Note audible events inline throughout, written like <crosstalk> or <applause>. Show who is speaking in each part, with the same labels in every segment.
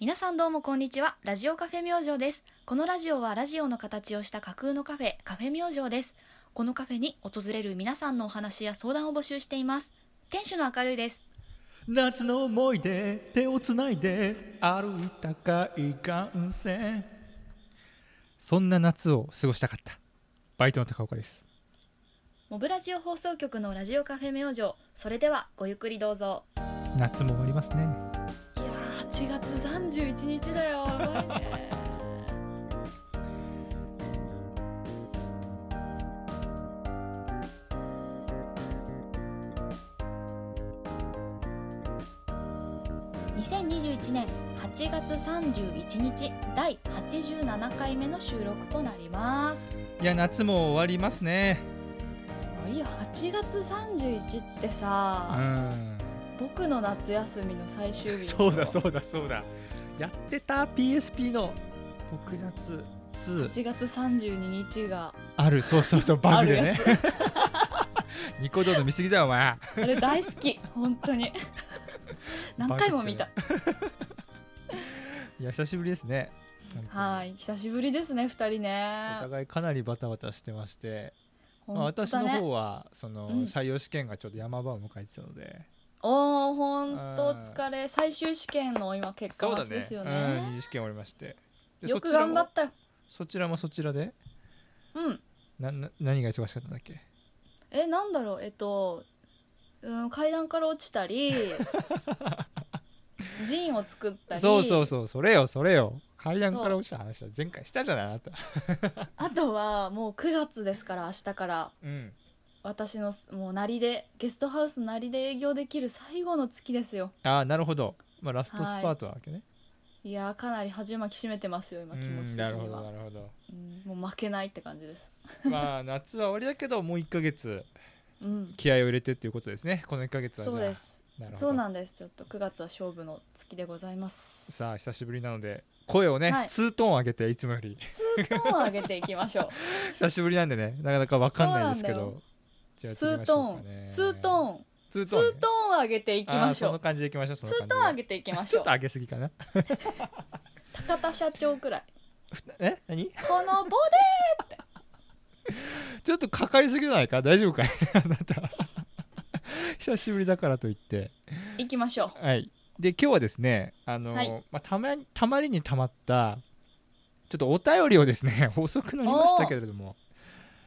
Speaker 1: 皆さんどうもこんにちはラジオカフェ明星ですこのラジオはラジオの形をした架空のカフェカフェ明星ですこのカフェに訪れる皆さんのお話や相談を募集しています店主の明るいです
Speaker 2: 夏の思い出手をつないで歩いた海岸線そんな夏を過ごしたかったバイトの高岡です
Speaker 1: モブラジオ放送局のラジオカフェ明星それではごゆっくりどうぞ
Speaker 2: 夏も終わりますね
Speaker 1: いやー8月31日だよやばいね2021年8月31日第87回目の収録となります
Speaker 2: いや夏も終わりますね
Speaker 1: すごいよ8月31って
Speaker 2: う
Speaker 1: さ、
Speaker 2: ん
Speaker 1: 僕の夏休みの最終日の
Speaker 2: そうだそうだそうだやってた PSP の特夏2
Speaker 1: 8月32日が
Speaker 2: あるそうそうそうバグでね <laughs> ニコ動の見過ぎだよお前
Speaker 1: あれ大好き本当
Speaker 2: <laughs>
Speaker 1: に何回も見た
Speaker 2: いや久しぶりですね
Speaker 1: はい久しぶりですね二人ね
Speaker 2: お互いかなりバタバタしてましてまあ、
Speaker 1: 本当
Speaker 2: 私
Speaker 1: だ
Speaker 2: の
Speaker 1: ね
Speaker 2: 方はその
Speaker 1: うん
Speaker 2: 採用試験がちょっと山場を迎えてたので、
Speaker 1: おお本当お
Speaker 2: うん
Speaker 1: 疲れ最終試験の今結果待ちですよね
Speaker 2: うん、二次試験終わりましてで
Speaker 1: よく
Speaker 2: そちら
Speaker 1: 頑
Speaker 2: も
Speaker 1: 張ったよ
Speaker 2: そちらもそちらで
Speaker 1: うん
Speaker 2: なな何が忙しかったんだっけ
Speaker 1: えなんだろうえっと、うん、階段から落ちた
Speaker 2: <laughs>
Speaker 1: りジンを作ったり
Speaker 2: そうそうそうそれよそれよ階段から落ちた話は前回したじゃないあなた
Speaker 1: あとはもう9月ですから明日から
Speaker 2: うん
Speaker 1: 私のもうなりでゲストハウスなりで営業できる最後の月ですよ
Speaker 2: ああなるほど、まあ、ラストスパートなわけね、
Speaker 1: いやーかなり始まきしめてますよ今気持
Speaker 2: う
Speaker 1: ち
Speaker 2: ん
Speaker 1: 的
Speaker 2: なるほ
Speaker 1: に
Speaker 2: ど
Speaker 1: は
Speaker 2: なるほど
Speaker 1: うんもう負けないって感じです
Speaker 2: まあ夏は終わりだけどもう1ヶ月
Speaker 1: うん
Speaker 2: 気合を入れてっていうことですねこの1ヶ月はじゃあ
Speaker 1: そうです
Speaker 2: なるほど
Speaker 1: そうなんですちょっと9月は勝負の月でござい
Speaker 2: <laughs>
Speaker 1: ます
Speaker 2: さあ久しぶりなので声をね、
Speaker 1: はい
Speaker 2: ツートーン上げていつもより
Speaker 1: ツートーン上げていきましょ
Speaker 2: 久しぶりなんでねなかなかわかんないですけ
Speaker 1: そうなん
Speaker 2: どじゃ
Speaker 1: う
Speaker 2: あ
Speaker 1: ツ
Speaker 2: 行き
Speaker 1: ー
Speaker 2: ましょ
Speaker 1: ト
Speaker 2: うか
Speaker 1: ー
Speaker 2: ね
Speaker 1: ンツートーン
Speaker 2: ツー
Speaker 1: ツ
Speaker 2: トーン
Speaker 1: ートーン上げていきまし
Speaker 2: あーそ
Speaker 1: ょ
Speaker 2: の
Speaker 1: う
Speaker 2: 感じでいきましょう
Speaker 1: ツ
Speaker 2: そ
Speaker 1: ート
Speaker 2: の感じで
Speaker 1: ーン上げていきまし
Speaker 2: ちょ
Speaker 1: ょう
Speaker 2: っと上げすぎかな
Speaker 1: 高田社長くらい
Speaker 2: え何
Speaker 1: このボデ
Speaker 2: ちょっとかかりすぎじゃないか大丈夫かい <laughs> あなた久しぶりだからといって
Speaker 1: ィいきましょう
Speaker 2: はいで今日はですねあの、
Speaker 1: はい
Speaker 2: まあ、たまたまりにたまったちょっとお便りをですね <laughs> 遅くなりましたけれども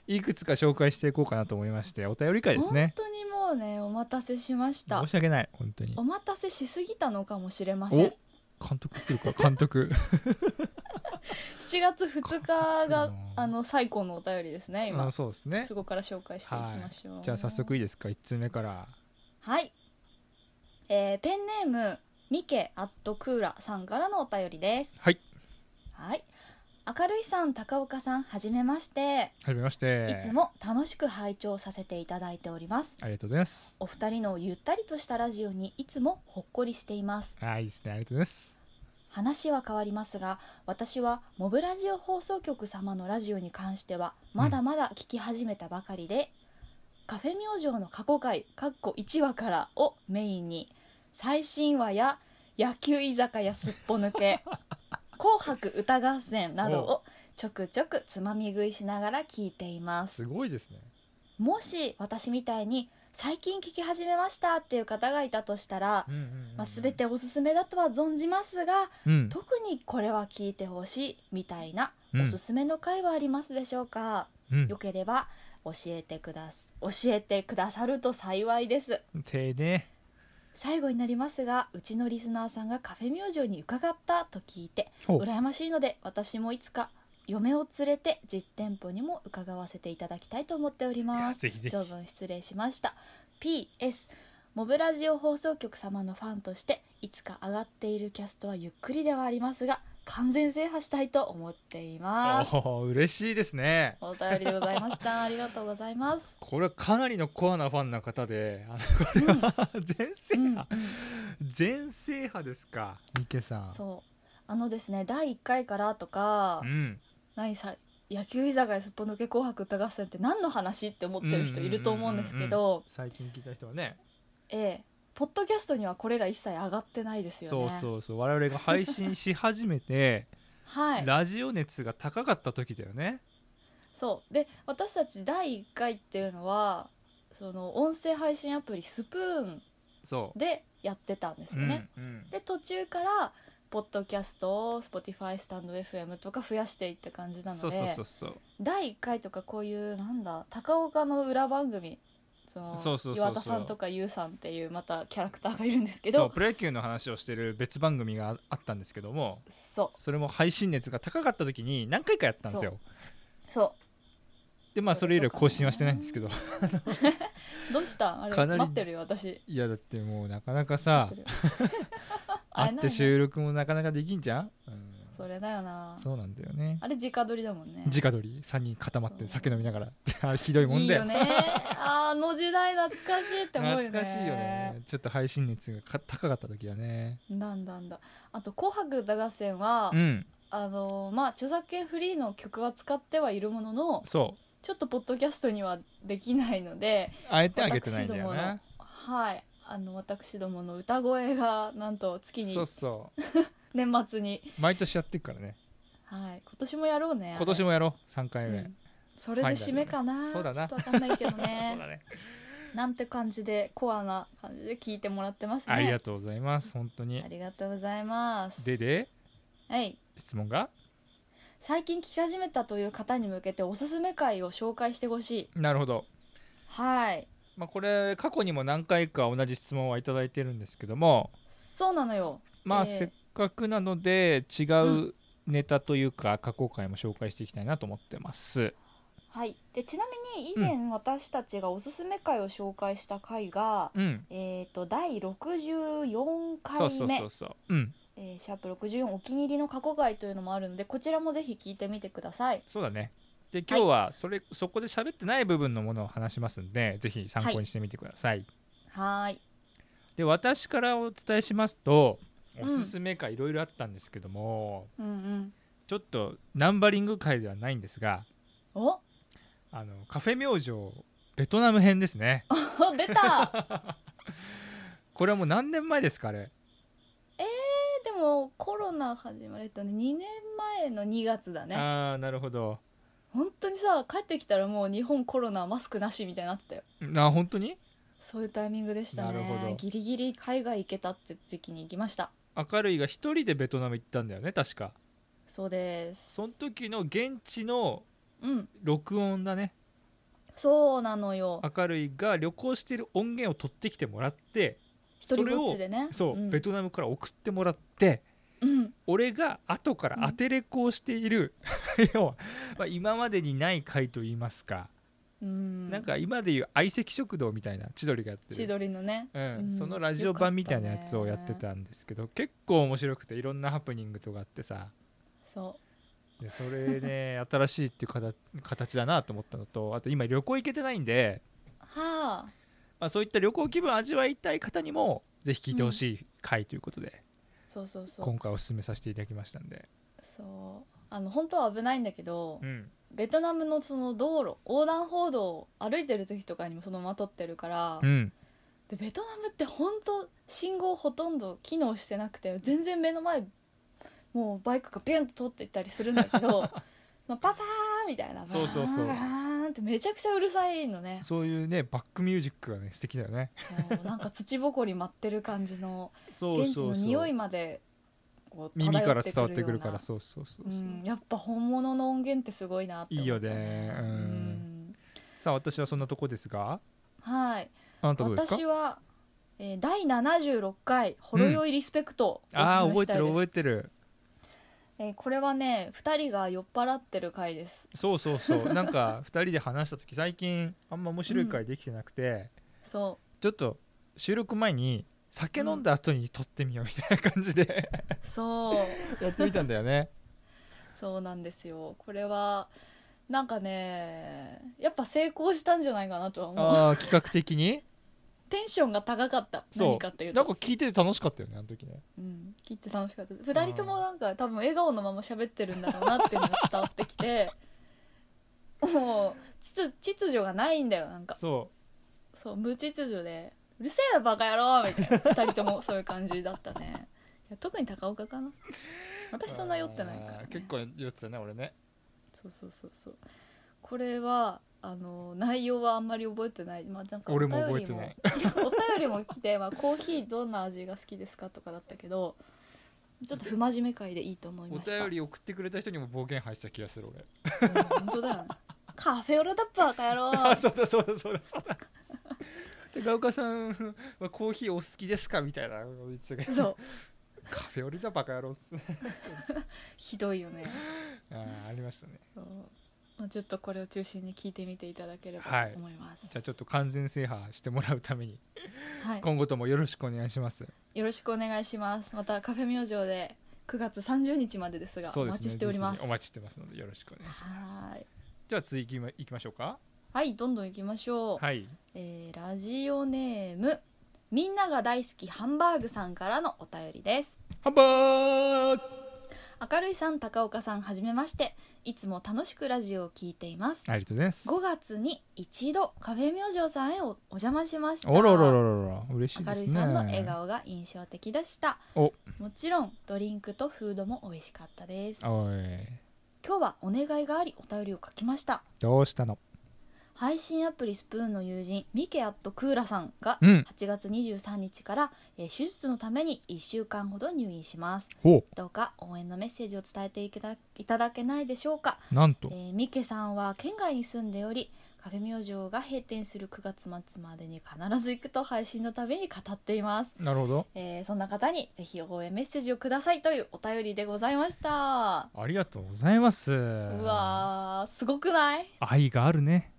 Speaker 2: いくつか紹介していこうかなと思いましてお便り会です
Speaker 1: 本
Speaker 2: ね
Speaker 1: 当にもうねお待たせしました
Speaker 2: 申し訳ない本当に
Speaker 1: お待たせしすぎたのかもしれません7
Speaker 2: 監督来
Speaker 1: <laughs>
Speaker 2: るか監督
Speaker 1: 月2日があ
Speaker 2: あ
Speaker 1: の最高のお便りですね今
Speaker 2: あそうですね
Speaker 1: そこから紹介していきましょう、
Speaker 2: じゃあ早速いいですか1通目から
Speaker 1: はい、えーペンネームミケアットクーラさんからのお便りです
Speaker 2: はい
Speaker 1: はい明るいさん高岡さんはじめまして、
Speaker 2: はじめまして
Speaker 1: いつも楽しく拝聴させていただいております
Speaker 2: ありがとうございます
Speaker 1: お二人のゆったりとしたラジオにいつもほっこりしています
Speaker 2: あーいいですねありがとうございます
Speaker 1: 話は変わりますが私はモブラジオ放送局様のラジオに関してはまだまだ聞き始めたばかりで、カフェ明星の過去回かっこ1話からをメインに最新話や野球居酒屋すっぽ抜
Speaker 2: <laughs>
Speaker 1: け紅白歌合戦などをちょくちょくつまみ食いしながら聞いています
Speaker 2: すごいですね
Speaker 1: もし私みたいに最近聞き始めましたっていう方がいたとしたら
Speaker 2: う、んうんうんうん
Speaker 1: まあ、全ておすすめだとは存じますが
Speaker 2: うん
Speaker 1: 特にこれは聞いてほしいみたいな
Speaker 2: うん
Speaker 1: おすすめの回はありますでしょうか、
Speaker 2: うん
Speaker 1: よければ教えてくだす教えてくださると幸いです
Speaker 2: 丁寧
Speaker 1: 最後になりますがうちのリスナーさんがカフェ明星に伺ったと聞いて
Speaker 2: ほう
Speaker 1: 羨ましいので私もいつか嫁を連れて実店舗にも伺わせていただきたいと思っており
Speaker 2: いや
Speaker 1: ます
Speaker 2: ぜひぜひ
Speaker 1: 長文失礼しました PS モブラジオ放送局様のファンとしていつか上がっているキャストはゆっくりではありますが完全制覇したいと思っています
Speaker 2: おお嬉しいですね
Speaker 1: お便りでございました
Speaker 2: <laughs>
Speaker 1: ありがとうございます
Speaker 2: これはかなりのコアなファンな方であ
Speaker 1: うん、うん
Speaker 2: の <laughs> 全制
Speaker 1: うん
Speaker 2: 覇、全制覇ですかミケさん
Speaker 1: そうあのですね第1回からとか
Speaker 2: ん
Speaker 1: 何さ野球居酒屋すっぽ抜け紅白歌合戦って何の話って思ってる人いると思うんですけど、
Speaker 2: 最近聞いた人はね
Speaker 1: ええポッドキャストにはこれら一切上がってないですよ
Speaker 2: そ
Speaker 1: ね
Speaker 2: うそうそう我々が配信し始めて、
Speaker 1: はい
Speaker 2: ラジオ熱が高かった時だよね
Speaker 1: そうで私たち第1回っていうのはその音声配信アプリスプーン
Speaker 2: そう
Speaker 1: でやってたんですよね、
Speaker 2: うんうん
Speaker 1: で途中からポッドキャストを Spotify スタンド FM とか増やしていった感じなので
Speaker 2: そうそうそうそう
Speaker 1: 第1回とかこういうなんだ高岡の裏番組その
Speaker 2: そうそうそうそう
Speaker 1: 岩田さんとかゆうさんっていうまたキャラクターがいるんですけ
Speaker 2: そ
Speaker 1: ど
Speaker 2: うプロ野球の話をしてる別番組がああったんですけども
Speaker 1: そう
Speaker 2: それも配信熱が高かった時に何回かやったんですよ
Speaker 1: そ
Speaker 2: でまあそれ以来
Speaker 1: そういうことか
Speaker 2: 更新はしてないんですけど
Speaker 1: うどうしたんあ
Speaker 2: か
Speaker 1: れ
Speaker 2: なり
Speaker 1: 待ってるよ私
Speaker 2: <laughs> いやだってもうなかなかさ
Speaker 1: 待ってるあれな
Speaker 2: <laughs> 会っ
Speaker 1: いな
Speaker 2: て収録もなかなかできんじゃん、うん
Speaker 1: それだよな
Speaker 2: そうなんだよね
Speaker 1: あれ直撮りだもんね
Speaker 2: 直撮り3人固まっ
Speaker 1: そ
Speaker 2: て
Speaker 1: う
Speaker 2: 酒飲みながら <laughs> あれひどいも
Speaker 1: い
Speaker 2: ん
Speaker 1: い
Speaker 2: だ
Speaker 1: よ
Speaker 2: よ
Speaker 1: ねあの時代懐かしいって思うよね
Speaker 2: 懐かしいよねちょっと配信熱がか高かった時だね
Speaker 1: なんだなんだあと「紅白歌合戦は」
Speaker 2: うん
Speaker 1: あのまあ著作権フリーの曲は使ってはいるものの
Speaker 2: そう
Speaker 1: ちょっとポッドキャストにはできないので
Speaker 2: あえてあげてないんだよ
Speaker 1: 私
Speaker 2: な
Speaker 1: はいあの私どもの歌声がなんと月に
Speaker 2: そうそう
Speaker 1: 年末に、
Speaker 2: 毎年やってるからね
Speaker 1: はい、今年もやろうねあれ
Speaker 2: 今年もやろう3回目、
Speaker 1: うんそれで締めかな、
Speaker 2: ファイナル
Speaker 1: ちょ
Speaker 2: だね
Speaker 1: っとわかんないけど
Speaker 2: <laughs> そ
Speaker 1: ね
Speaker 2: うだね
Speaker 1: なんて感じでコアな感じで聞いてもらってますね
Speaker 2: ありがとうございます本当に
Speaker 1: ありがとうございます
Speaker 2: でで
Speaker 1: はい
Speaker 2: 質問が
Speaker 1: 最近聞き始めたという方に向けておすすめ回を紹介してほしい
Speaker 2: なるほど、
Speaker 1: はい
Speaker 2: まあ、これ過去にも何回か同じ質問はいただいてるんですけども
Speaker 1: そうなのよ
Speaker 2: まあ、
Speaker 1: えー
Speaker 2: せっかくなので違ううネタというか過去回も紹介していきたいなと思ってます、
Speaker 1: はいでちなみに以前私たちがおすすめ回を紹介した回が、
Speaker 2: うん
Speaker 1: えっ、と第64回目
Speaker 2: そうそうそうそううん
Speaker 1: えーシャープ64お気に入りの過去回というのもあるんでこちらもぜひ聞いてみてください
Speaker 2: そうだねで今日はそれ、そこで喋ってない部分のものを話しますんでぜひ参考にしてみてください、
Speaker 1: はーい
Speaker 2: で私からお伝えしますと
Speaker 1: うん
Speaker 2: おすすめ回いろいろあったんですけども、
Speaker 1: うんうん
Speaker 2: ちょっとナンバリング回ではないんですが
Speaker 1: お <laughs>
Speaker 2: あのカフェ明星ベトナム編ですね
Speaker 1: 出 <laughs> た
Speaker 2: これはもう何年前ですかあれ
Speaker 1: でもコロナ始まるとね2年前の2月だね
Speaker 2: ああなるほど
Speaker 1: 本当にさ帰ってきたらもう日本コロナマスクなしみたいになってたよ
Speaker 2: あ本当に
Speaker 1: そういうタイミングでしたね
Speaker 2: なるほど
Speaker 1: ギリギリ海外行けたって時期に行きました
Speaker 2: 明るいが一人でベトナム行ったんだよね確か
Speaker 1: そうです
Speaker 2: その時の現地の
Speaker 1: うん
Speaker 2: 録音だね
Speaker 1: そうなのよ
Speaker 2: 明るいが旅行してる音源を取ってきてもらって
Speaker 1: 一
Speaker 2: そ
Speaker 1: 人
Speaker 2: れ
Speaker 1: ぼっ
Speaker 2: を
Speaker 1: ちでね
Speaker 2: そう、
Speaker 1: ん
Speaker 2: ベトナムから送ってもらって
Speaker 1: うん
Speaker 2: 俺が後からアテレコをしている、 <laughs> 要は、まあ、今までにない回といいますか、
Speaker 1: うん
Speaker 2: なんか今でいう相席食堂みたいな千鳥がやってる
Speaker 1: 千鳥のね
Speaker 2: うん
Speaker 1: うん
Speaker 2: そのラジオ版みたいなやつをやってたんですけど、結構面白くていろんなハプニングとかあってさ
Speaker 1: そ
Speaker 2: でそれ
Speaker 1: <laughs>
Speaker 2: ね新しいっていう形形だなと思ったのとあと今旅行行けてないんで、
Speaker 1: うはあ
Speaker 2: まあ、そういった旅行気分味わいたい方にもぜひ聞いてほしい回ということで、
Speaker 1: そうそうそう
Speaker 2: 今回おすすめさせていただきましたんで、
Speaker 1: そうあの本当は危ないんだけど、
Speaker 2: うん、
Speaker 1: ベトナムのその道路横断歩道を歩いてる時とかにもそのまとってるから、
Speaker 2: うん、
Speaker 1: でベトナムって本当信号ほとんど機能してなくて全然目の前もうバイクがビュンと通っていったりするんだけ
Speaker 2: <laughs>
Speaker 1: どまあパパーンみたいな
Speaker 2: そうそうそう
Speaker 1: バーンってめちゃくちゃうるさいのね
Speaker 2: そういうねバックミュージックがね素敵だよね
Speaker 1: そうなんか土ぼこり舞ってる感じの
Speaker 2: そ
Speaker 1: 現地の匂いまでこう
Speaker 2: 耳から
Speaker 1: 漂
Speaker 2: 伝わってくる
Speaker 1: よう
Speaker 2: か
Speaker 1: な
Speaker 2: らそうそうそう
Speaker 1: う
Speaker 2: そう、
Speaker 1: ん、やっぱ本物の音源ってすごいなって思った、
Speaker 2: いいよねうん
Speaker 1: うん
Speaker 2: さあ私はそんなとこですが
Speaker 1: はい
Speaker 2: あなたどうですか
Speaker 1: 私は、えー、第76回「ほろ酔いリスペクト」を
Speaker 2: ああ
Speaker 1: おすす
Speaker 2: 覚
Speaker 1: め
Speaker 2: え
Speaker 1: してたい
Speaker 2: る覚え
Speaker 1: です
Speaker 2: てる
Speaker 1: えーこれはね2人が酔っ払ってる回です
Speaker 2: そうそうそう <laughs> なんか2人で話した時最近あんま面白い回できてなくて、
Speaker 1: そ
Speaker 2: ちょっと収録前に酒飲んだ後に撮ってみようみたいな感じで <laughs>
Speaker 1: うそう
Speaker 2: やってみたんだよね
Speaker 1: そうなんですよこれはなんかねやっぱ成功したんじゃないかなとは思う
Speaker 2: ああ企画的に
Speaker 1: テンションが高かった
Speaker 2: そう
Speaker 1: 何かっていう
Speaker 2: なん
Speaker 1: と
Speaker 2: か聞いてて楽しかったよねあの時ね
Speaker 1: うん、聞いて楽しかったです2人ともなんか多分笑顔のまま喋ってるんだろうなっていうのが伝わってきてもう秩秩序がないんだよなんか
Speaker 2: そ
Speaker 1: そう無秩序でうるせえよバカ野郎みたいな二人ともそういう感じだったねいや特に高岡かな私そんな酔ってないから、
Speaker 2: あ
Speaker 1: ね
Speaker 2: ー、結構酔ってたね俺ね
Speaker 1: そうそうそうそうこれはあの内容はあんまり覚えてない、まあ、なんかお
Speaker 2: 俺
Speaker 1: 便り
Speaker 2: も
Speaker 1: も
Speaker 2: 覚えてない
Speaker 1: お便りも <laughs> 来て、まあ、コーヒーどんな味が好きですかとかだったけどちょっと不真面目会でいいと思い
Speaker 2: お
Speaker 1: ました
Speaker 2: 便り送ってくれた人にも暴言発した気がする俺
Speaker 1: うん本当だよねカフェオレだバカ野郎
Speaker 2: あそうだそうだそうだそうだ高岡さんはコーヒーお好きですかみたいなのを言ってたけど
Speaker 1: そう
Speaker 2: カフェオレじゃバカ野郎っつって
Speaker 1: ひどいよね
Speaker 2: あーありましたね
Speaker 1: そうまあ、ちょっとこれを中心に聞いてみていただければ
Speaker 2: はい
Speaker 1: と思います、
Speaker 2: じゃあちょっと完全制覇してもらうために
Speaker 1: はい
Speaker 2: 今後ともよろしくお願いします
Speaker 1: よろしくお願いしますまたカフェ明星で9月30日までですが
Speaker 2: そう
Speaker 1: お
Speaker 2: ですね
Speaker 1: 待ちしております
Speaker 2: ぜひお待ちしてますのでよろしくお願いします
Speaker 1: はい
Speaker 2: じゃあ次行きましょうか
Speaker 1: はいどんどん行きましょう、
Speaker 2: はい
Speaker 1: えーラジオネームみんなが大好きハンバーグさんからのお便りです
Speaker 2: ハンバーグ
Speaker 1: 明るいさん高岡さんはじめましていつも楽しくラジオを聞いています
Speaker 2: ありがとうございます
Speaker 1: 5月に一度カフェ明星さんへおお邪魔しました
Speaker 2: おろろろろろ嬉しい
Speaker 1: 明
Speaker 2: です
Speaker 1: る
Speaker 2: ね
Speaker 1: いさんの笑顔が印象的でした
Speaker 2: お
Speaker 1: もちろんドリンクとフードも美味しかったです
Speaker 2: おい
Speaker 1: 今日はお願いがありお便りを書きました
Speaker 2: どうしたの
Speaker 1: 配信アプリスプーンの友人ミケアットクーラさんが
Speaker 2: うん
Speaker 1: 8月23日から、えー手術のために1週間ほど入院します
Speaker 2: ほ
Speaker 1: どうか応援のメッセージを伝えていけたいただけないでしょうか、
Speaker 2: うなん
Speaker 1: え
Speaker 2: と
Speaker 1: ー、ミケさんは県外に住んでおりカフェ明星が閉店する9月末までに必ず行くと配信のために語っています
Speaker 2: なるほど
Speaker 1: えーそんな方にぜひ応援メッセージをくださいというお便りでございました、
Speaker 2: ありがとうございますう
Speaker 1: うわーすごくない
Speaker 2: 愛があるね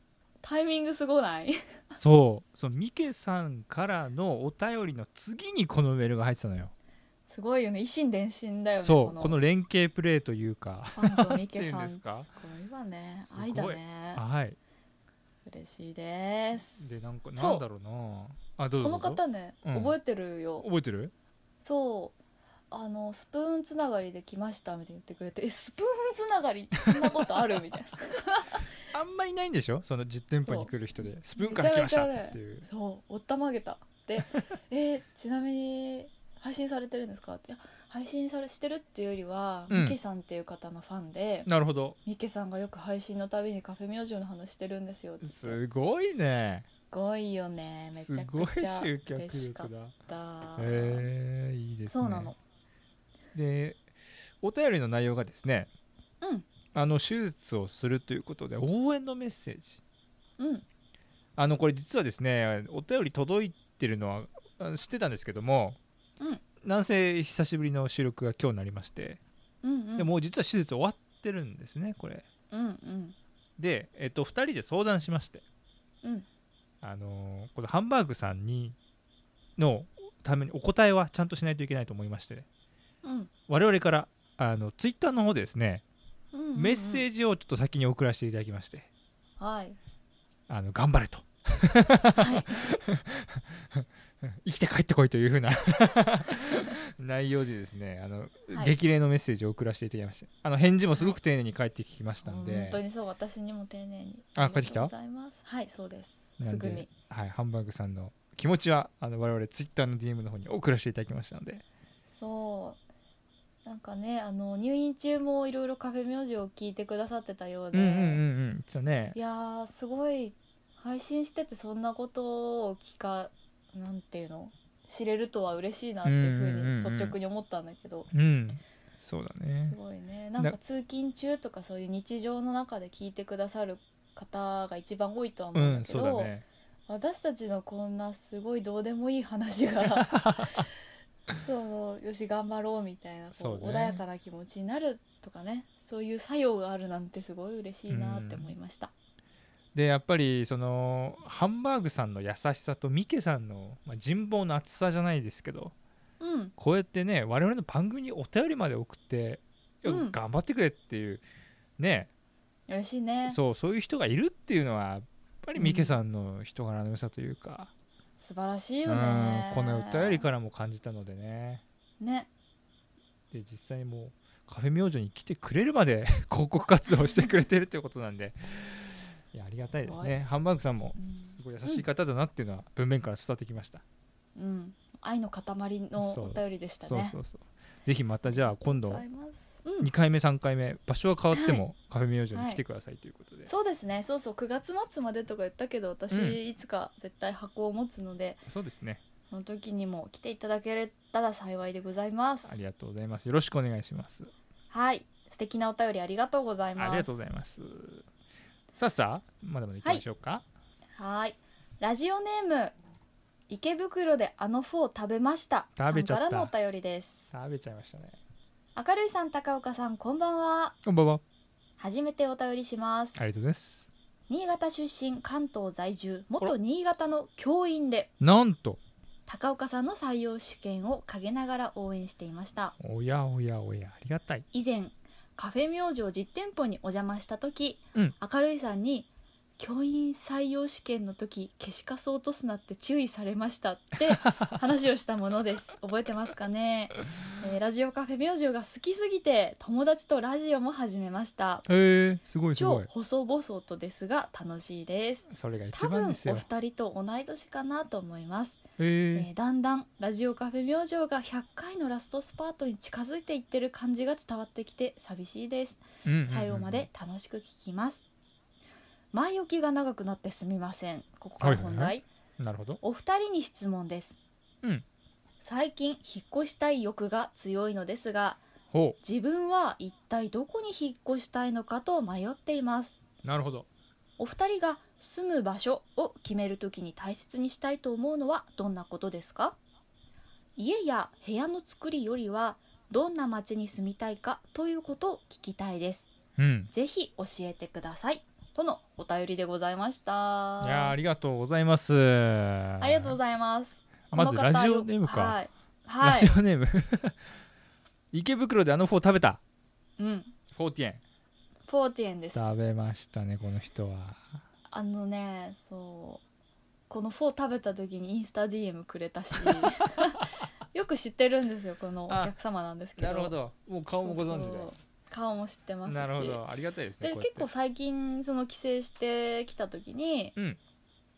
Speaker 1: タイミングすごない
Speaker 2: そうそうミケさんからのお便りの次にこのメールが入ってたのよ
Speaker 1: すごいよね維心伝心だよね
Speaker 2: そうこ
Speaker 1: この
Speaker 2: の連携プレーというか
Speaker 1: ファンとミケさ
Speaker 2: なん <laughs>
Speaker 1: んす
Speaker 2: ていうんですか
Speaker 1: ごいわね
Speaker 2: すごい
Speaker 1: 愛だね
Speaker 2: はい
Speaker 1: 嬉しいです
Speaker 2: でなんか
Speaker 1: そう
Speaker 2: なんだろうなあどうぞ
Speaker 1: この
Speaker 2: どうぞ
Speaker 1: 方ね、
Speaker 2: うん
Speaker 1: 覚えてるよ
Speaker 2: 覚えてる
Speaker 1: そうあのスプーンつながりで来ましたみたいに言ってくれてえスプーンつながりそんなことあるみたいな
Speaker 2: あんまいないんでしょその実店舗に来る人でスプーンから来ましたっていう
Speaker 1: そうおったまげたで <laughs> えーちなみに配信されてるんですかっていや配信されしてるっていうよりは、
Speaker 2: うん
Speaker 1: ミケさんっていう方のファンで
Speaker 2: なるほど
Speaker 1: ミケさんがよく配信のたびにカフェ明星の話してるんですよって言ってす
Speaker 2: すごいね
Speaker 1: ごいよねめ
Speaker 2: す
Speaker 1: ちゃ
Speaker 2: ごい
Speaker 1: くちゃ
Speaker 2: 集客
Speaker 1: 嬉しか
Speaker 2: 力
Speaker 1: っ
Speaker 2: だ
Speaker 1: た、
Speaker 2: えー、いいですね
Speaker 1: そうなの
Speaker 2: でお便りの内容がですね
Speaker 1: うん
Speaker 2: あの手術をするということで応援のメッセージ
Speaker 1: うん
Speaker 2: あのこれ実はですねお便り届いてるのはあの知ってたんですけども、
Speaker 1: うん
Speaker 2: なんせ久しぶりの収録が今日になりまして、
Speaker 1: うんうん
Speaker 2: でもう実は手術終わってるんですねこれ
Speaker 1: うんうん
Speaker 2: で、えっと、2人で相談しまして、
Speaker 1: うん
Speaker 2: あのーこのハンバーグさんにのためにお答えはちゃんとしないといけないと思いまして、
Speaker 1: うん
Speaker 2: 我々からあのツイッターの方でですね、
Speaker 1: うん
Speaker 2: メッセ
Speaker 1: ージ
Speaker 2: ージをちょっと先に送らせていただきまして <laughs>
Speaker 1: はい
Speaker 2: あの頑張れと
Speaker 1: はい
Speaker 2: 生きて帰ってこいというふうな <laughs> 内容でですねあの、
Speaker 1: はい
Speaker 2: 激励のメッセージを送らせていただきましたあの返事もすごく丁寧に返ってきましたん
Speaker 1: 本
Speaker 2: で、
Speaker 1: 当にそう私にも丁寧に
Speaker 2: あ
Speaker 1: りがとう
Speaker 2: 帰ってきた
Speaker 1: ございますはいそうです
Speaker 2: な
Speaker 1: す
Speaker 2: ん
Speaker 1: ぐ
Speaker 2: で
Speaker 1: に
Speaker 2: はい、ハンバーグさんの気持ちはあの我々ツイッターの DM の方に送らせていただきましたので
Speaker 1: そうなんかねあの入院中もいろいろカフェ明星を聞いてくださってたようで、
Speaker 2: うんうんうんうんそうね
Speaker 1: いやーすごい配信しててそんなことを聞かなんていうの知れるとは嬉しいなっていうふ
Speaker 2: うんうんうんうん
Speaker 1: うに率直に思ったんだけど、
Speaker 2: うんそうだね
Speaker 1: すごいねなんか
Speaker 2: な
Speaker 1: 通勤中とかそういう日常の中で聞いてくださる方が一番多いとは
Speaker 2: う
Speaker 1: 思うん
Speaker 2: ん
Speaker 1: だけ
Speaker 2: そ
Speaker 1: ど、
Speaker 2: うだね
Speaker 1: 私たちのこんなすごいどうでもいい話
Speaker 2: <laughs>
Speaker 1: がそうよし頑張ろうみたいなこ
Speaker 2: そう
Speaker 1: う
Speaker 2: ね
Speaker 1: 穏やかな気持ちになるとかねそういう作用があるなんてすごい嬉しいなって思いました、
Speaker 2: でやっぱりそのハンバーグさんの優しさとミケさんの、まあ、人望の厚さじゃないですけど
Speaker 1: うん、
Speaker 2: こうやってね我々の番組にお便りまで送って「いや
Speaker 1: うん
Speaker 2: 頑張ってくれ」っていうね
Speaker 1: 嬉しいね素
Speaker 2: そうそういう人がいるっていうのはやっぱりミケさんの人柄の良さというか、
Speaker 1: 晴らしいよ
Speaker 2: うん
Speaker 1: ね、
Speaker 2: このお便りからも感じたのでね
Speaker 1: ね
Speaker 2: で実際にも <laughs> うカフェ明星に来てくれるまで広告活動をしてくれてるってことなんでいやありがたいです
Speaker 1: すご
Speaker 2: ねハンバーグさんも
Speaker 1: うん
Speaker 2: すごい優しい方だなっていうのは文面から伝わってきました、
Speaker 1: うん、愛の塊の
Speaker 2: そう
Speaker 1: お便りでした
Speaker 2: そう
Speaker 1: ね。
Speaker 2: そうそうぜひまたじゃあ今
Speaker 1: ありがとうご
Speaker 2: 度
Speaker 1: ざいます。うん
Speaker 2: 2回目3回目場所は変わってもカフェ明星に来てくださいということで、
Speaker 1: そうですねそうそう9月末までとか言ったけど私、
Speaker 2: うん
Speaker 1: いつか絶対箱を持つので
Speaker 2: そうですね
Speaker 1: その時にも来ていただけたら幸いでございます
Speaker 2: ありがとうございますよろしくお願いします
Speaker 1: はい素敵なお便りありがとうございます
Speaker 2: ありがとうございますさあさあまだまだいきましょうか、
Speaker 1: はいラジオネーム池袋であのフォー食べました
Speaker 2: 食べちゃった
Speaker 1: さんからのお便りです
Speaker 2: さあ食べちゃいましたね
Speaker 1: 明るいさん高岡さんこんばんは
Speaker 2: こんばんは
Speaker 1: 初めてお便りします
Speaker 2: ありがとうございます
Speaker 1: 新潟出身関東在住元新潟の教員で
Speaker 2: なんと
Speaker 1: 高岡さんの採用試験を陰ながら応援していました
Speaker 2: おやおやおやありがたい
Speaker 1: 以前カフェ明星実店舗にお邪魔した時、
Speaker 2: うん
Speaker 1: 明るいさんに「教員採用試験の時消しカス落とすなって注意されました」って
Speaker 2: <laughs>
Speaker 1: 話をしたものです覚えてますかね、えーラジオカフェ明星が好きすぎて友達とラジオも始めました
Speaker 2: へえすごいすご
Speaker 1: 超
Speaker 2: い
Speaker 1: 細々とですが楽しいです
Speaker 2: それが一
Speaker 1: 多
Speaker 2: 番
Speaker 1: 分
Speaker 2: です
Speaker 1: お
Speaker 2: よ
Speaker 1: 二人と同い年かなと思います
Speaker 2: へ
Speaker 1: え
Speaker 2: え
Speaker 1: ーだんだんラジオカフェ明星が100回のラストスパートに近づいていってる感じが伝わってきて寂しいです
Speaker 2: うんうんうん
Speaker 1: 最後まで楽しく聞きます前置きが長くなってすみませんここから本題、
Speaker 2: はいはいはなるほど
Speaker 1: お二人に質問です、
Speaker 2: うん
Speaker 1: 最近引っ越したい欲が強いのですが
Speaker 2: ほ
Speaker 1: 自分は一体どこに引っ越したいのかと迷っています
Speaker 2: うなるほど
Speaker 1: お二人が住む場所を決めるときに大切にしたいと思うのはどんなことですか家や部屋の作りよりはどんな町に住みたいかということを聞きたいです
Speaker 2: うん
Speaker 1: ぜひ教えてくださいとのお便りでございました
Speaker 2: いやーありがとうございます
Speaker 1: ありがとうご
Speaker 2: ざい
Speaker 1: ざいます
Speaker 2: まず
Speaker 1: この方よ
Speaker 2: ラジオネームか
Speaker 1: はい、は
Speaker 2: ラ
Speaker 1: い
Speaker 2: ジオネーム <laughs> 池袋であのフォー食べた
Speaker 1: うん
Speaker 2: フォーティエン
Speaker 1: フォーティエンです
Speaker 2: 食べましたねこの人は
Speaker 1: あのねそうこのフォー食べた時にインスタ DM くれた
Speaker 2: <laughs>
Speaker 1: しよく知ってるんですよこのお客様なんですけど
Speaker 2: どもう
Speaker 1: そうそう顔も知ってますし
Speaker 2: なるほどありがたいですね
Speaker 1: で
Speaker 2: こうやっ
Speaker 1: 結
Speaker 2: て
Speaker 1: 構最近その帰省してきた時に、
Speaker 2: うん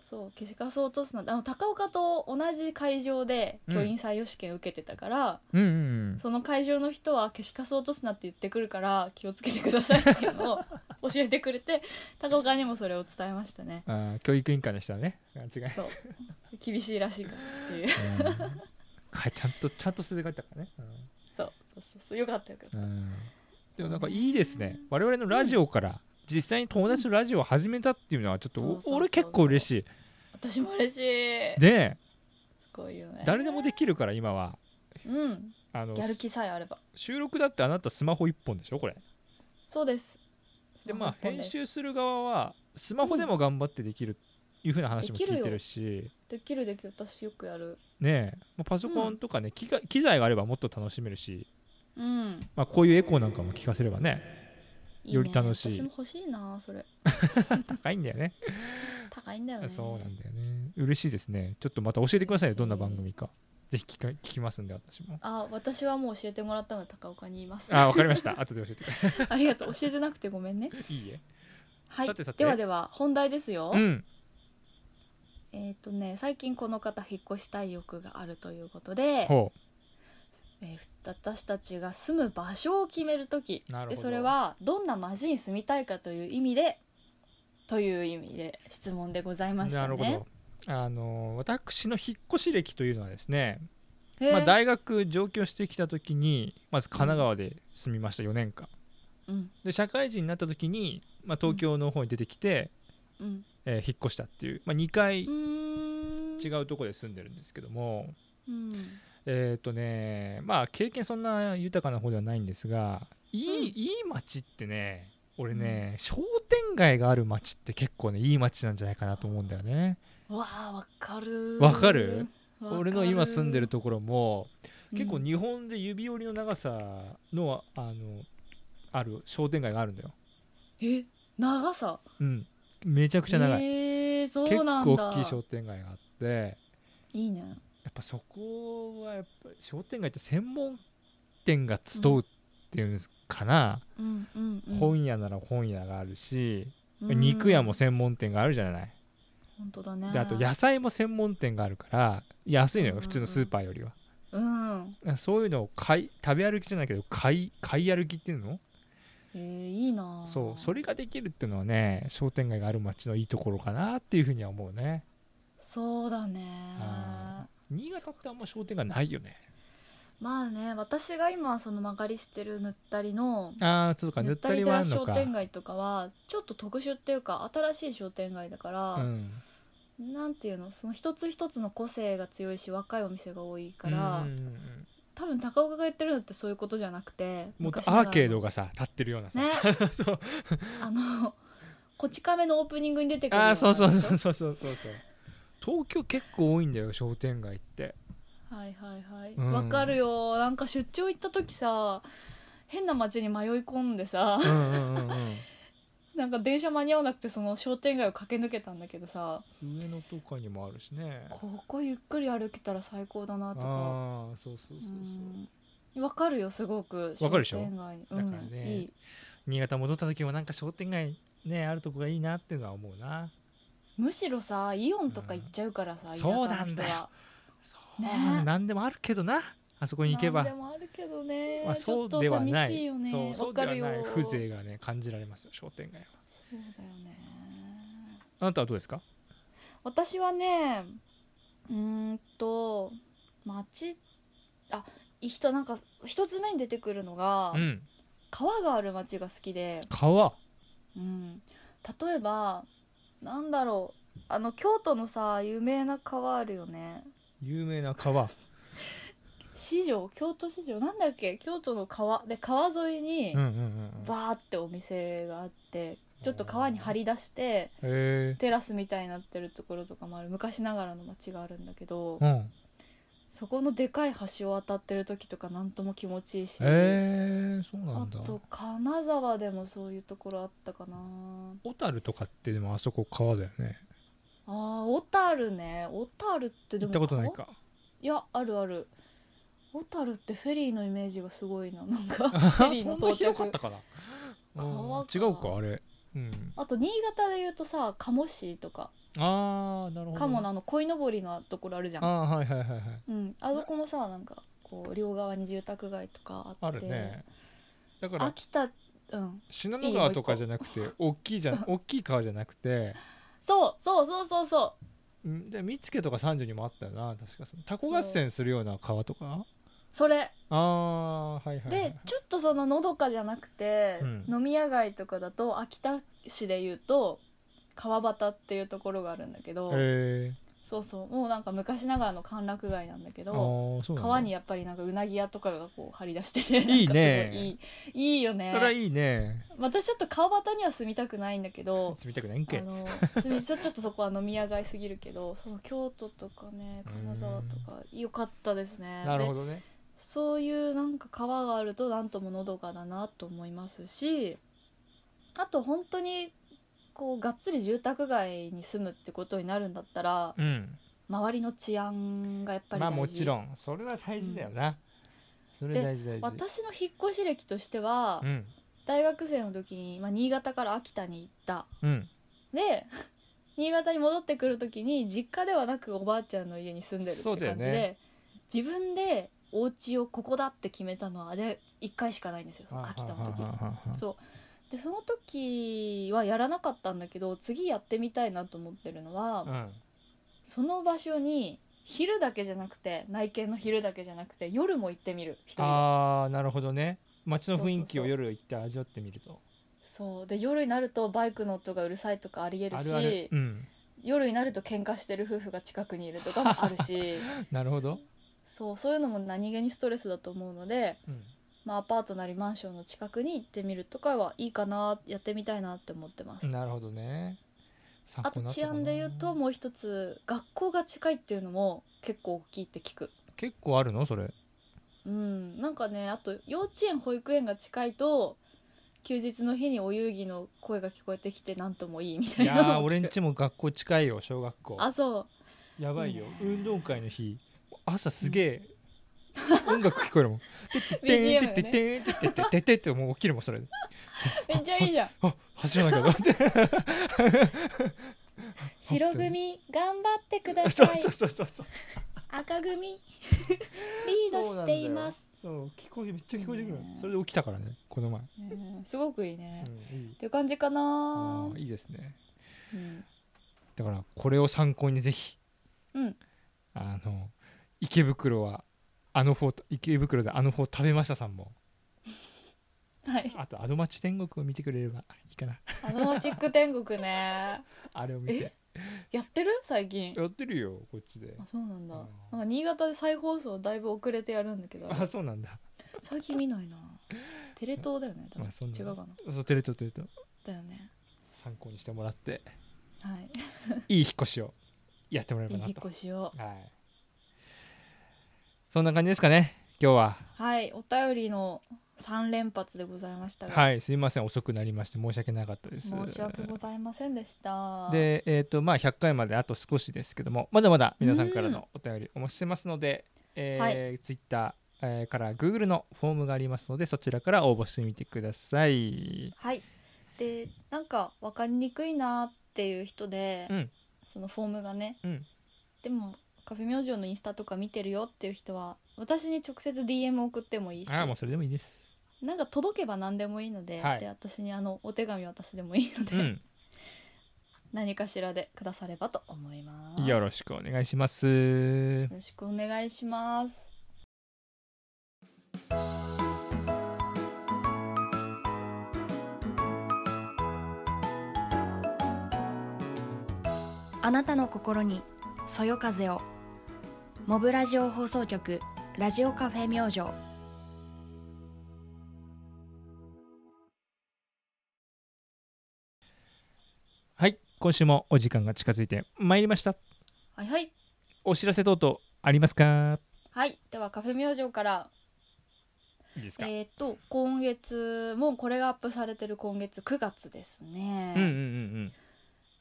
Speaker 1: そう消しカスを落とすのあの高岡と同じ会場で
Speaker 2: うん
Speaker 1: 教員採用試験受けてたから、
Speaker 2: うんうん
Speaker 1: その会場の人は消しカスを落とすなって言ってくるから気をつけてくださいっていう
Speaker 2: <laughs>
Speaker 1: のを教えてくれて高岡にもそれを伝えましたね
Speaker 2: うんあー教育委員会でしたねあ違い、うん
Speaker 1: そう厳しいらしいからっていう
Speaker 2: <laughs> かちゃんとちゃんと捨てて帰ったからね、
Speaker 1: そうそうそうそうよかったよかった
Speaker 2: うんうんでもなんかいいですね我々のラジオから実際に友達のラジオを始めたっていうのはちょっと、
Speaker 1: うん
Speaker 2: お
Speaker 1: そうそうそう
Speaker 2: 俺結構嬉しい
Speaker 1: 私も嬉しい
Speaker 2: で
Speaker 1: こういうね
Speaker 2: 誰でもできるから今は
Speaker 1: うん
Speaker 2: あの
Speaker 1: やる気さえあれば
Speaker 2: 収録だってあなたスマホ1本でしょこれ
Speaker 1: そうです
Speaker 2: でま
Speaker 1: スマ
Speaker 2: あ
Speaker 1: ホ一本
Speaker 2: 編集する側はスマホでも頑張ってできるいうふうな話も
Speaker 1: できる
Speaker 2: 聞い
Speaker 1: よ
Speaker 2: てるし、
Speaker 1: できるできる私よくやる
Speaker 2: ねえまあパソコンとかね、機械機材があればもっと楽しめるし、
Speaker 1: うん
Speaker 2: まあ、こういうエコーなんかも聞かせればね
Speaker 1: いいね
Speaker 2: より楽しい
Speaker 1: 私も欲しいなそれ
Speaker 2: 高いんだよね
Speaker 1: 高いんだよね
Speaker 2: そうなんだよね嬉しいですねちょっとまた教えてくださいよ
Speaker 1: 嬉しい
Speaker 2: どんな番組かぜひ聞か聞きますんで私も
Speaker 1: あ私はもう教えてもらったので高岡にいます
Speaker 2: あ
Speaker 1: <laughs> あ
Speaker 2: わかりました後で教えてくださ
Speaker 1: りがとう教えてなくてごめんね
Speaker 2: いいいえ
Speaker 1: はい
Speaker 2: さてさて
Speaker 1: ではでは本題ですよ、
Speaker 2: うん
Speaker 1: えっ、とね最近この方引っ越したい欲があるということで、
Speaker 2: ほ
Speaker 1: えー私たちが住む場所を決めるとき
Speaker 2: なるほ
Speaker 1: で
Speaker 2: ど
Speaker 1: それはどんな町に住みたいかという意味でという意味で質問でございうました
Speaker 2: な
Speaker 1: ね
Speaker 2: るほどあの私の引っ越し歴というのはですね、
Speaker 1: へー
Speaker 2: まあ、大学上京してきた時にまず神奈川で住みました4年間
Speaker 1: うん
Speaker 2: で社会人になった時に、まあ、東京の方に出てきて、
Speaker 1: うん
Speaker 2: えー引っ越したっていう、まあ、2回
Speaker 1: うーん
Speaker 2: 違うとこで住んでるんですけども
Speaker 1: うん
Speaker 2: えっ、とねまあ経験そんな豊かな方ではないんですがいい,、
Speaker 1: うん
Speaker 2: いい街ってね俺ね、商店街がある街って結構ねいい街なんじゃないかなと思うんだよね。
Speaker 1: わあわかる
Speaker 2: わかる
Speaker 1: わか
Speaker 2: 俺の今住んでるところも結構
Speaker 1: うん
Speaker 2: 日本で指折りの長さのあのある商店街があるんだよ。
Speaker 1: え長さ
Speaker 2: うん、めちゃくちゃ長い、
Speaker 1: えー、そう
Speaker 2: 結
Speaker 1: なんだ
Speaker 2: 構大きい商店街があって
Speaker 1: いいね
Speaker 2: やっぱそこはやっぱり商店街って専門店が集うっていうんですかな、
Speaker 1: うんうんうん
Speaker 2: 本屋なら本屋があるし
Speaker 1: うん
Speaker 2: 肉屋も専門店があるじゃない
Speaker 1: 本当だね
Speaker 2: であと野菜も専門店があるから安いの
Speaker 1: うんうんう
Speaker 2: よ
Speaker 1: ん
Speaker 2: 普通のスーパーよりは
Speaker 1: うん、
Speaker 2: そういうのを買い食べ歩きじゃないけど買い買い歩きっていうの
Speaker 1: えー、いいなあ
Speaker 2: そうそれができるっていうのはね商店街がある街のいいところかなっていうふうには思うね
Speaker 1: そうだね
Speaker 2: あ新潟ってあんま商店街ないよね
Speaker 1: まあね私が今その曲がりしてるぬったりの
Speaker 2: ああそうか
Speaker 1: ぬ
Speaker 2: 塗
Speaker 1: っ
Speaker 2: った
Speaker 1: たり
Speaker 2: り
Speaker 1: 寺
Speaker 2: はあるの
Speaker 1: 商
Speaker 2: か
Speaker 1: 店街とかはちょっと特殊っていうか新しい商店街だから、
Speaker 2: うん
Speaker 1: なんていうのその一つ一つの個性が強いし若いお店が多いから、
Speaker 2: うんうんうん
Speaker 1: 多分高岡が言ってるのってそういうことじゃなくて
Speaker 2: もう
Speaker 1: 昔ながら
Speaker 2: アー
Speaker 1: の
Speaker 2: ケードがさ立ってるようなさ、
Speaker 1: ね
Speaker 2: <laughs> そう
Speaker 1: あの「こち亀」のオープニングに出てくるよ
Speaker 2: あ
Speaker 1: な
Speaker 2: あそうそう
Speaker 1: でし
Speaker 2: そ
Speaker 1: ょ
Speaker 2: うそうそうそうそう東京結構多いんだよ商店街って
Speaker 1: はいはいはい
Speaker 2: うん
Speaker 1: わ、かるよなんか出張行った時さ変な街に迷い込んでさ <laughs>
Speaker 2: うんうんうん
Speaker 1: なんか電車間に合わなくてその商店街を駆け抜けたんだけどさ
Speaker 2: うん上野とかにもあるしね
Speaker 1: ここゆっくり歩けたら最高だなとか
Speaker 2: ああそうそうそうそう
Speaker 1: うんわかるよすごく
Speaker 2: わかるでしょ
Speaker 1: 商店街
Speaker 2: だからね
Speaker 1: うん、いい
Speaker 2: 新潟戻った時もなんか商店街ねあるとこがいいなっていうのは思うな
Speaker 1: むしろさイオンとか行っちゃうからさ、
Speaker 2: ん
Speaker 1: 田舎の人は
Speaker 2: そうなんだよそう
Speaker 1: ね
Speaker 2: なんでもあるけどなあそこに行けば
Speaker 1: なんでもあるけどね、
Speaker 2: まあ、そうではない
Speaker 1: ちょっと寂しいよね
Speaker 2: そうそ
Speaker 1: わ
Speaker 2: うで
Speaker 1: か
Speaker 2: はな
Speaker 1: るよ
Speaker 2: い風情がね感じられますよ商店街は
Speaker 1: そうだよね
Speaker 2: あなたはどうですか
Speaker 1: 私はねうーんと街あ人なんか一つ目に出てくるのが、
Speaker 2: うん
Speaker 1: 川がある街が好きで、
Speaker 2: 川
Speaker 1: うん、例えばなんだろうあの京都のさ有名な川あるよね
Speaker 2: 有名な川
Speaker 1: 市場京都市場なんだっけ京都の川で川沿いに
Speaker 2: うんうんうんうん
Speaker 1: バーってお店があってちょっと川に張り出して
Speaker 2: へえ
Speaker 1: テラスみたいになってるところとかもある昔ながらの街があるんだけど
Speaker 2: うん
Speaker 1: そこのでかい橋を渡ってる時とかなんとも気持ちいいし、
Speaker 2: へえそうな
Speaker 1: あ
Speaker 2: んだ
Speaker 1: と金沢でもそういうところあったかな
Speaker 2: 小樽とかってでもあそこ川だよね
Speaker 1: あー小樽ね小樽ってで
Speaker 2: 行
Speaker 1: も
Speaker 2: ったことない
Speaker 1: 川
Speaker 2: か
Speaker 1: いやあるある小樽ってフェリーのイメージがすごいななんかフェリーの到
Speaker 2: 広か
Speaker 1: 着
Speaker 2: ったかな
Speaker 1: 川か
Speaker 2: 違うかあれうん
Speaker 1: あと新潟で言うとさ鴨市とか
Speaker 2: ああなるほど
Speaker 1: 鴨のあの鯉のぼりのところあるじゃん
Speaker 2: ああはいはいはいはい
Speaker 1: うん、あそこもさなんかこう両側に住宅街とかあ
Speaker 2: あ
Speaker 1: って
Speaker 2: るねだから
Speaker 1: 秋田うん
Speaker 2: 信濃川とかじゃなくて大きいじ
Speaker 1: <laughs>
Speaker 2: ゃん大きい川じゃなくて
Speaker 1: そうそうそうそうそ
Speaker 2: うんで見附とか三十にもあったよな確かそのタコ合戦するような川とか
Speaker 1: うそれ
Speaker 2: ああはいはいはい
Speaker 1: でちょっとそののどかじゃなくて、
Speaker 2: うん
Speaker 1: 飲み屋街とかだと秋田市で言うと川端っていうところがあるんだけど、
Speaker 2: へえ
Speaker 1: そうそうもうなんか昔ながらの歓楽街なんだけ
Speaker 2: ああ
Speaker 1: ど
Speaker 2: そうなんだ
Speaker 1: 川にやっぱりなんかうなぎ屋とかがこう張り出しててなんかすごい
Speaker 2: いいね
Speaker 1: いいいいよね
Speaker 2: それはいいね
Speaker 1: またちょっと川端には住みたくないんだけど
Speaker 2: 住みたくないんけ
Speaker 1: あのちょちょっとそこは飲み屋街すぎるけ
Speaker 2: <laughs>
Speaker 1: どその京都とかね金沢とか良かったですね
Speaker 2: なるほ
Speaker 1: で
Speaker 2: どね
Speaker 1: そういうなんか川があるとなんとものどかだなと思いますしあと本当にこうがっつり住宅街に住むってことになるんだったら
Speaker 2: うん
Speaker 1: 周りの治安がやっぱり大事、
Speaker 2: まあもちろんそれは大事だよな、それ
Speaker 1: で
Speaker 2: 大事大事
Speaker 1: 私の引っ越し歴としては、
Speaker 2: うん
Speaker 1: 大学生の時に、まあ、新潟から秋田に行った
Speaker 2: うん
Speaker 1: で新潟に戻ってくる時に実家ではなくおばあちゃんの家に住んでるって感
Speaker 2: そう
Speaker 1: じ
Speaker 2: だ
Speaker 1: で、
Speaker 2: よね
Speaker 1: 自分でお家をここだって決めたのはあれ1回しかないんですよ秋田の時
Speaker 2: はあはあはあはあ
Speaker 1: そうでその時はやらなかったんだけど次やってみたいなと思ってるのは、
Speaker 2: うん
Speaker 1: その場所に昼だけじゃなくて内見の昼だけじゃなくて夜も行ってみる一人で
Speaker 2: ああなるほどね街の雰囲気を
Speaker 1: そうそうそう
Speaker 2: 夜行って味わってみると
Speaker 1: そうで夜になるとバイクの音がうるさいとかありえるし
Speaker 2: あるあるうん
Speaker 1: 夜になると喧嘩してる夫婦が近くにいるとかもある
Speaker 2: <laughs>
Speaker 1: し
Speaker 2: なるほど、
Speaker 1: そうそういうのも何気にストレスだと思うので、
Speaker 2: うん、
Speaker 1: まあ、アパートなりマンションの近くに行ってみるとかはいいかなやってみたいなって思ってます。
Speaker 2: なるほどね参
Speaker 1: あ
Speaker 2: 考
Speaker 1: と
Speaker 2: になった
Speaker 1: 治
Speaker 2: かな
Speaker 1: 安で言うともう一つ学校が近いっていうのも結構大きいって聞く
Speaker 2: 結構あるのそれ
Speaker 1: うんなんかねあと幼稚園保育園が近いと休日の日にお遊戯の声が聞こえてきてなんともいいみた
Speaker 2: い
Speaker 1: いなの
Speaker 2: や
Speaker 1: も聞
Speaker 2: ー
Speaker 1: く
Speaker 2: 俺んちも学校近いよ小学校
Speaker 1: <laughs> あそう
Speaker 2: やばいよ
Speaker 1: いいね
Speaker 2: 運動会の日朝すげえ音楽聞こえるもん。て
Speaker 1: BGM
Speaker 2: んてんてんてんてんてんてんてんてんってもう起きるもんそれで。
Speaker 1: めっちゃいいじゃん
Speaker 2: あ走らなきゃと思って。
Speaker 1: 白組頑張ってくだ
Speaker 2: <laughs> そ
Speaker 1: さ
Speaker 2: う
Speaker 1: い
Speaker 2: そうそうそうそう。
Speaker 1: 赤
Speaker 2: <laughs>
Speaker 1: 組リードしています
Speaker 2: そう聞こえめっちゃ聞こえてくる。それで起きたからねこの前。
Speaker 1: うんすごくいいね、っ
Speaker 2: うんいい。
Speaker 1: ていう感じかな
Speaker 2: あーいいですね。
Speaker 1: うん、
Speaker 2: だからこれを参考にぜひ
Speaker 1: うん、
Speaker 2: あの池袋はあのフォー池袋であのフォー食べましたさんも
Speaker 1: はい
Speaker 2: あとあの町天国を見てくれればいいかな <laughs>
Speaker 1: アドマチック天国 <laughs> ね
Speaker 2: あれを見て
Speaker 1: やってる最近
Speaker 2: やってるよこっちで
Speaker 1: あそうなんだ
Speaker 2: う
Speaker 1: な
Speaker 2: ん
Speaker 1: んか新潟で再放送だいぶ遅れてやるんだけど
Speaker 2: あそうなんだ
Speaker 1: 最近見ないなテレ東だよね多分、
Speaker 2: まあそんな
Speaker 1: 違うかな
Speaker 2: そうテレ東テレ東
Speaker 1: だよね
Speaker 2: 参考にしてもら
Speaker 1: <laughs>
Speaker 2: って
Speaker 1: はい
Speaker 2: いい引っ越しをやってもらえ
Speaker 1: い
Speaker 2: れ
Speaker 1: い
Speaker 2: ばな
Speaker 1: 引っ
Speaker 2: と
Speaker 1: 越しを
Speaker 2: はいそんな感じですかね今日は
Speaker 1: はいお便りの3連発でございましたが、
Speaker 2: はいすいません遅くなりまして申し訳なかったです
Speaker 1: 申し訳ございませんでした
Speaker 2: で、えーとまあ、100回まであと少しですけどもまだまだ皆さんからのお便りお待ちしてますので、えー Twitter、えーから Google のフォームがありますのでそちらから応募してみてください。
Speaker 1: はいでなんか分かりにくいなっていう人で、
Speaker 2: うん
Speaker 1: そのフォームがね
Speaker 2: うん、
Speaker 1: でもカフェ明星のインスタとか見てるよっていう人は私に直接 DM 送ってもいいし
Speaker 2: ああもうそれでもいいです。
Speaker 1: なんか届けば何でもいいので,、
Speaker 2: はい
Speaker 1: で私にあのお手紙渡すでもいいので、
Speaker 2: うん、
Speaker 1: 何かしらでくださればと思います
Speaker 2: よろしくお願いします。
Speaker 1: よろしくお願いしますあなたの心にそよ風をモブラジオ放送局ラジオカフェ明星
Speaker 2: はい今週もお時間が近づいてまいりました。
Speaker 1: はいはい
Speaker 2: お知らせ等々ありますか
Speaker 1: はいではカフェ明星から
Speaker 2: いいですか、
Speaker 1: えっ、と今月もうこれがアップされてる今月9月ですね、
Speaker 2: うんうんうん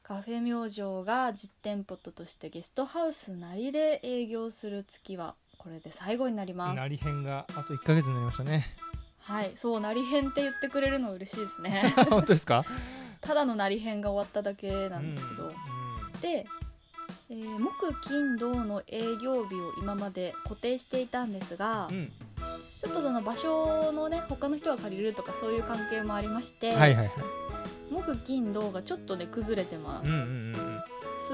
Speaker 1: カフェ明星が実店舗としてゲストハウスなりで営業する月はこれで最後になり
Speaker 2: う
Speaker 1: ま
Speaker 2: ん。
Speaker 1: す
Speaker 2: なり編があと1ヶ月になりましたね。
Speaker 1: <laughs> はいそうなり編って言ってくれるの嬉しいです
Speaker 2: <laughs>
Speaker 1: ね
Speaker 2: 本当ですか
Speaker 1: ただのなり編が終わっただけなんですけど、
Speaker 2: うん
Speaker 1: で、えー木金土の営業日を今まで固定していたんですが、
Speaker 2: うん
Speaker 1: ちょっとその場所のね他の人が借りるとかそういう関係もありまして、
Speaker 2: うんはいはいはい。
Speaker 1: 木金土がちょっとね崩れてます
Speaker 2: うんうんうんうん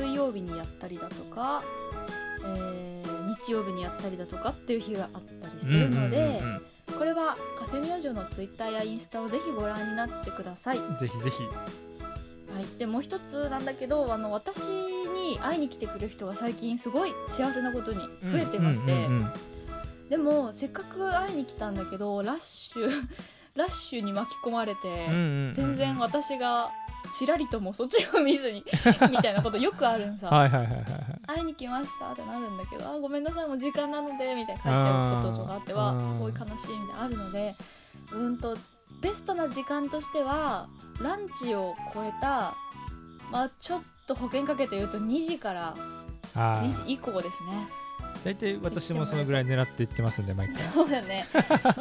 Speaker 1: 水曜日にやったりだとか、えー日曜日にやったりだとかっていう日があったりするので、
Speaker 2: うんうんうん
Speaker 1: これはカフェ明星のツイッターやインスタをぜひご覧になってください、は
Speaker 2: うんぜひぜひ
Speaker 1: い、でもう一つなんだけどあの私に会いに来てくれる人が最近すごい幸せなことに増えてまして、
Speaker 2: うんうんうん
Speaker 1: でもせっかく会いに来たんだけどラッシュ <laughs> ラッシュに巻き込まれて、
Speaker 2: うんうんうん
Speaker 1: 全然私がちらりともそっちを見ず
Speaker 2: <laughs>
Speaker 1: にみたいなことよくあるんさ、
Speaker 2: はいはいはいはいはい
Speaker 1: 会いに来ましたってなるんだけどあごめんなさいもう時間なのでみたいな帰っちゃうこととかあって
Speaker 2: あ
Speaker 1: は
Speaker 2: ー
Speaker 1: すごい悲しいみたいなのあるのでうんとベストな時間としてはランチを超えた、まあ、ちょっと保険かけて言うと2時から
Speaker 2: あ
Speaker 1: 2
Speaker 2: ー
Speaker 1: 時以降ですね <laughs>
Speaker 2: 大体私もそのぐらい狙っていってますんで毎回
Speaker 1: そうだね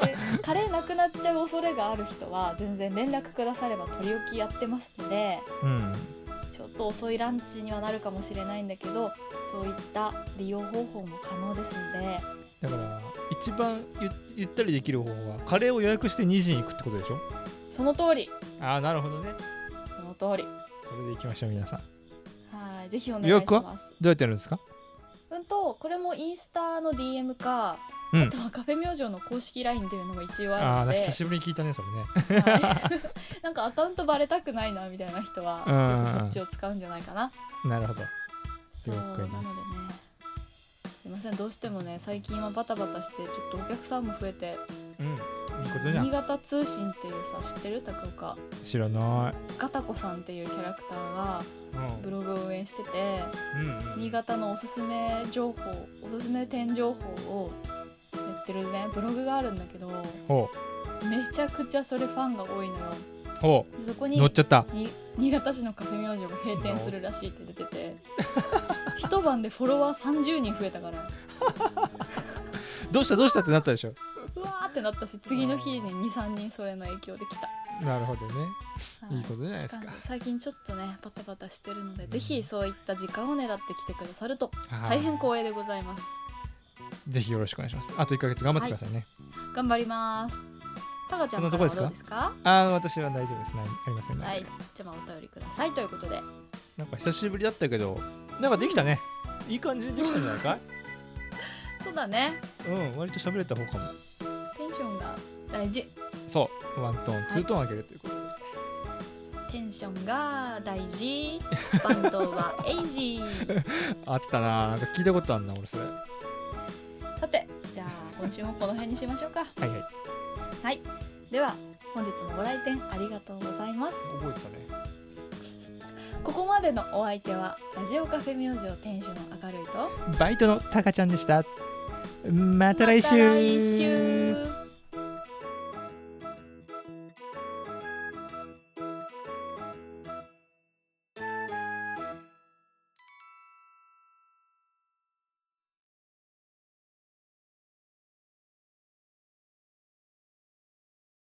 Speaker 1: でカレーなくなっちゃう恐れがある人は全然連絡くだされば取り置きやってますので
Speaker 2: うん
Speaker 1: ちょっと遅いランチにはなるかもしれないんだけどそういった利用方法も可能ですので。
Speaker 2: だから一番ゆゆったりできる方法はカレーを予約して2時に行くってことでしょ
Speaker 1: その通り
Speaker 2: ああなるほどね
Speaker 1: その通り
Speaker 2: それで行きましょう皆さんど
Speaker 1: はいぜひお願
Speaker 2: 予
Speaker 1: いし
Speaker 2: 約は
Speaker 1: ます
Speaker 2: うやってやるんですか
Speaker 1: うんとこれもインスタの DM か、
Speaker 2: うん
Speaker 1: あとはカフェ明星の公式 LINE っていうのが一応あ
Speaker 2: あ
Speaker 1: る
Speaker 2: あ
Speaker 1: ので
Speaker 2: 久しぶりに聞いたねそれね <laughs>
Speaker 1: はい <laughs> なんかアカウントバレたくないなみたいな人は
Speaker 2: うん
Speaker 1: よくそっちを使うんじゃないかな
Speaker 2: なるほど
Speaker 1: そう
Speaker 2: 了
Speaker 1: なの
Speaker 2: 解で
Speaker 1: ですねすいませんどうしてもね最近はバタバタしてちょっとお客さんも増えて
Speaker 2: うんいいことじゃ
Speaker 1: 新
Speaker 2: ん
Speaker 1: 潟通信っていうさ知ってる高岡
Speaker 2: 知らない
Speaker 1: ガタコさんっていうキャラクターが
Speaker 2: うん
Speaker 1: ブログを運営してて、
Speaker 2: うんうん
Speaker 1: 新潟のおすすめ情報おすすめ店情報をやってるねブログがあるんだけど
Speaker 2: ほ
Speaker 1: めちゃくちゃそれファンが多いのよ
Speaker 2: うほ
Speaker 1: そこ
Speaker 2: う
Speaker 1: に
Speaker 2: 乗っちゃった
Speaker 1: に新潟市のカフェ明星が閉店するらしいって出て
Speaker 2: <laughs>
Speaker 1: て一晩でフォロワー30人増えたから
Speaker 2: どうしたどうしたってなったでしょ
Speaker 1: うわーってなったし次の日に23人それの影響できた、
Speaker 2: なるほどね
Speaker 1: はい
Speaker 2: いいことじゃないですか
Speaker 1: なんか最近ちょっとねパタパタしてるので、ぜひそういった時間を狙ってきてくださると
Speaker 2: はい
Speaker 1: 大変光栄でございます
Speaker 2: ぜひよろしくお願いしますあと1ヶ月頑張ってくださいね、
Speaker 1: 頑張りますタカちゃんからはどうですか
Speaker 2: そんなとこですああ私は大丈夫です何ありませんので
Speaker 1: はいじゃあまあお便りくださいということで
Speaker 2: なんか久しぶりだったけどなんかできたね、いい感じにできたんじゃないか
Speaker 1: そうだね
Speaker 2: <laughs> うん割と喋れた方かも
Speaker 1: テンションが大事
Speaker 2: そうワントーンツートーン上げるということで、
Speaker 1: テンションが大 <laughs> 事バンドはエイジ <laughs> ー
Speaker 2: あったななんか聞いたことあんな俺それは
Speaker 1: さてじゃあ今週もこの辺にしましょうか
Speaker 2: いはい
Speaker 1: はいでは本日もご来店ありがとうございます
Speaker 2: 覚えてたね
Speaker 1: ここまでのお相手はラジオカフェ明星店主の明るいと
Speaker 2: バイトのタカちゃんでした。また来週。
Speaker 1: また来週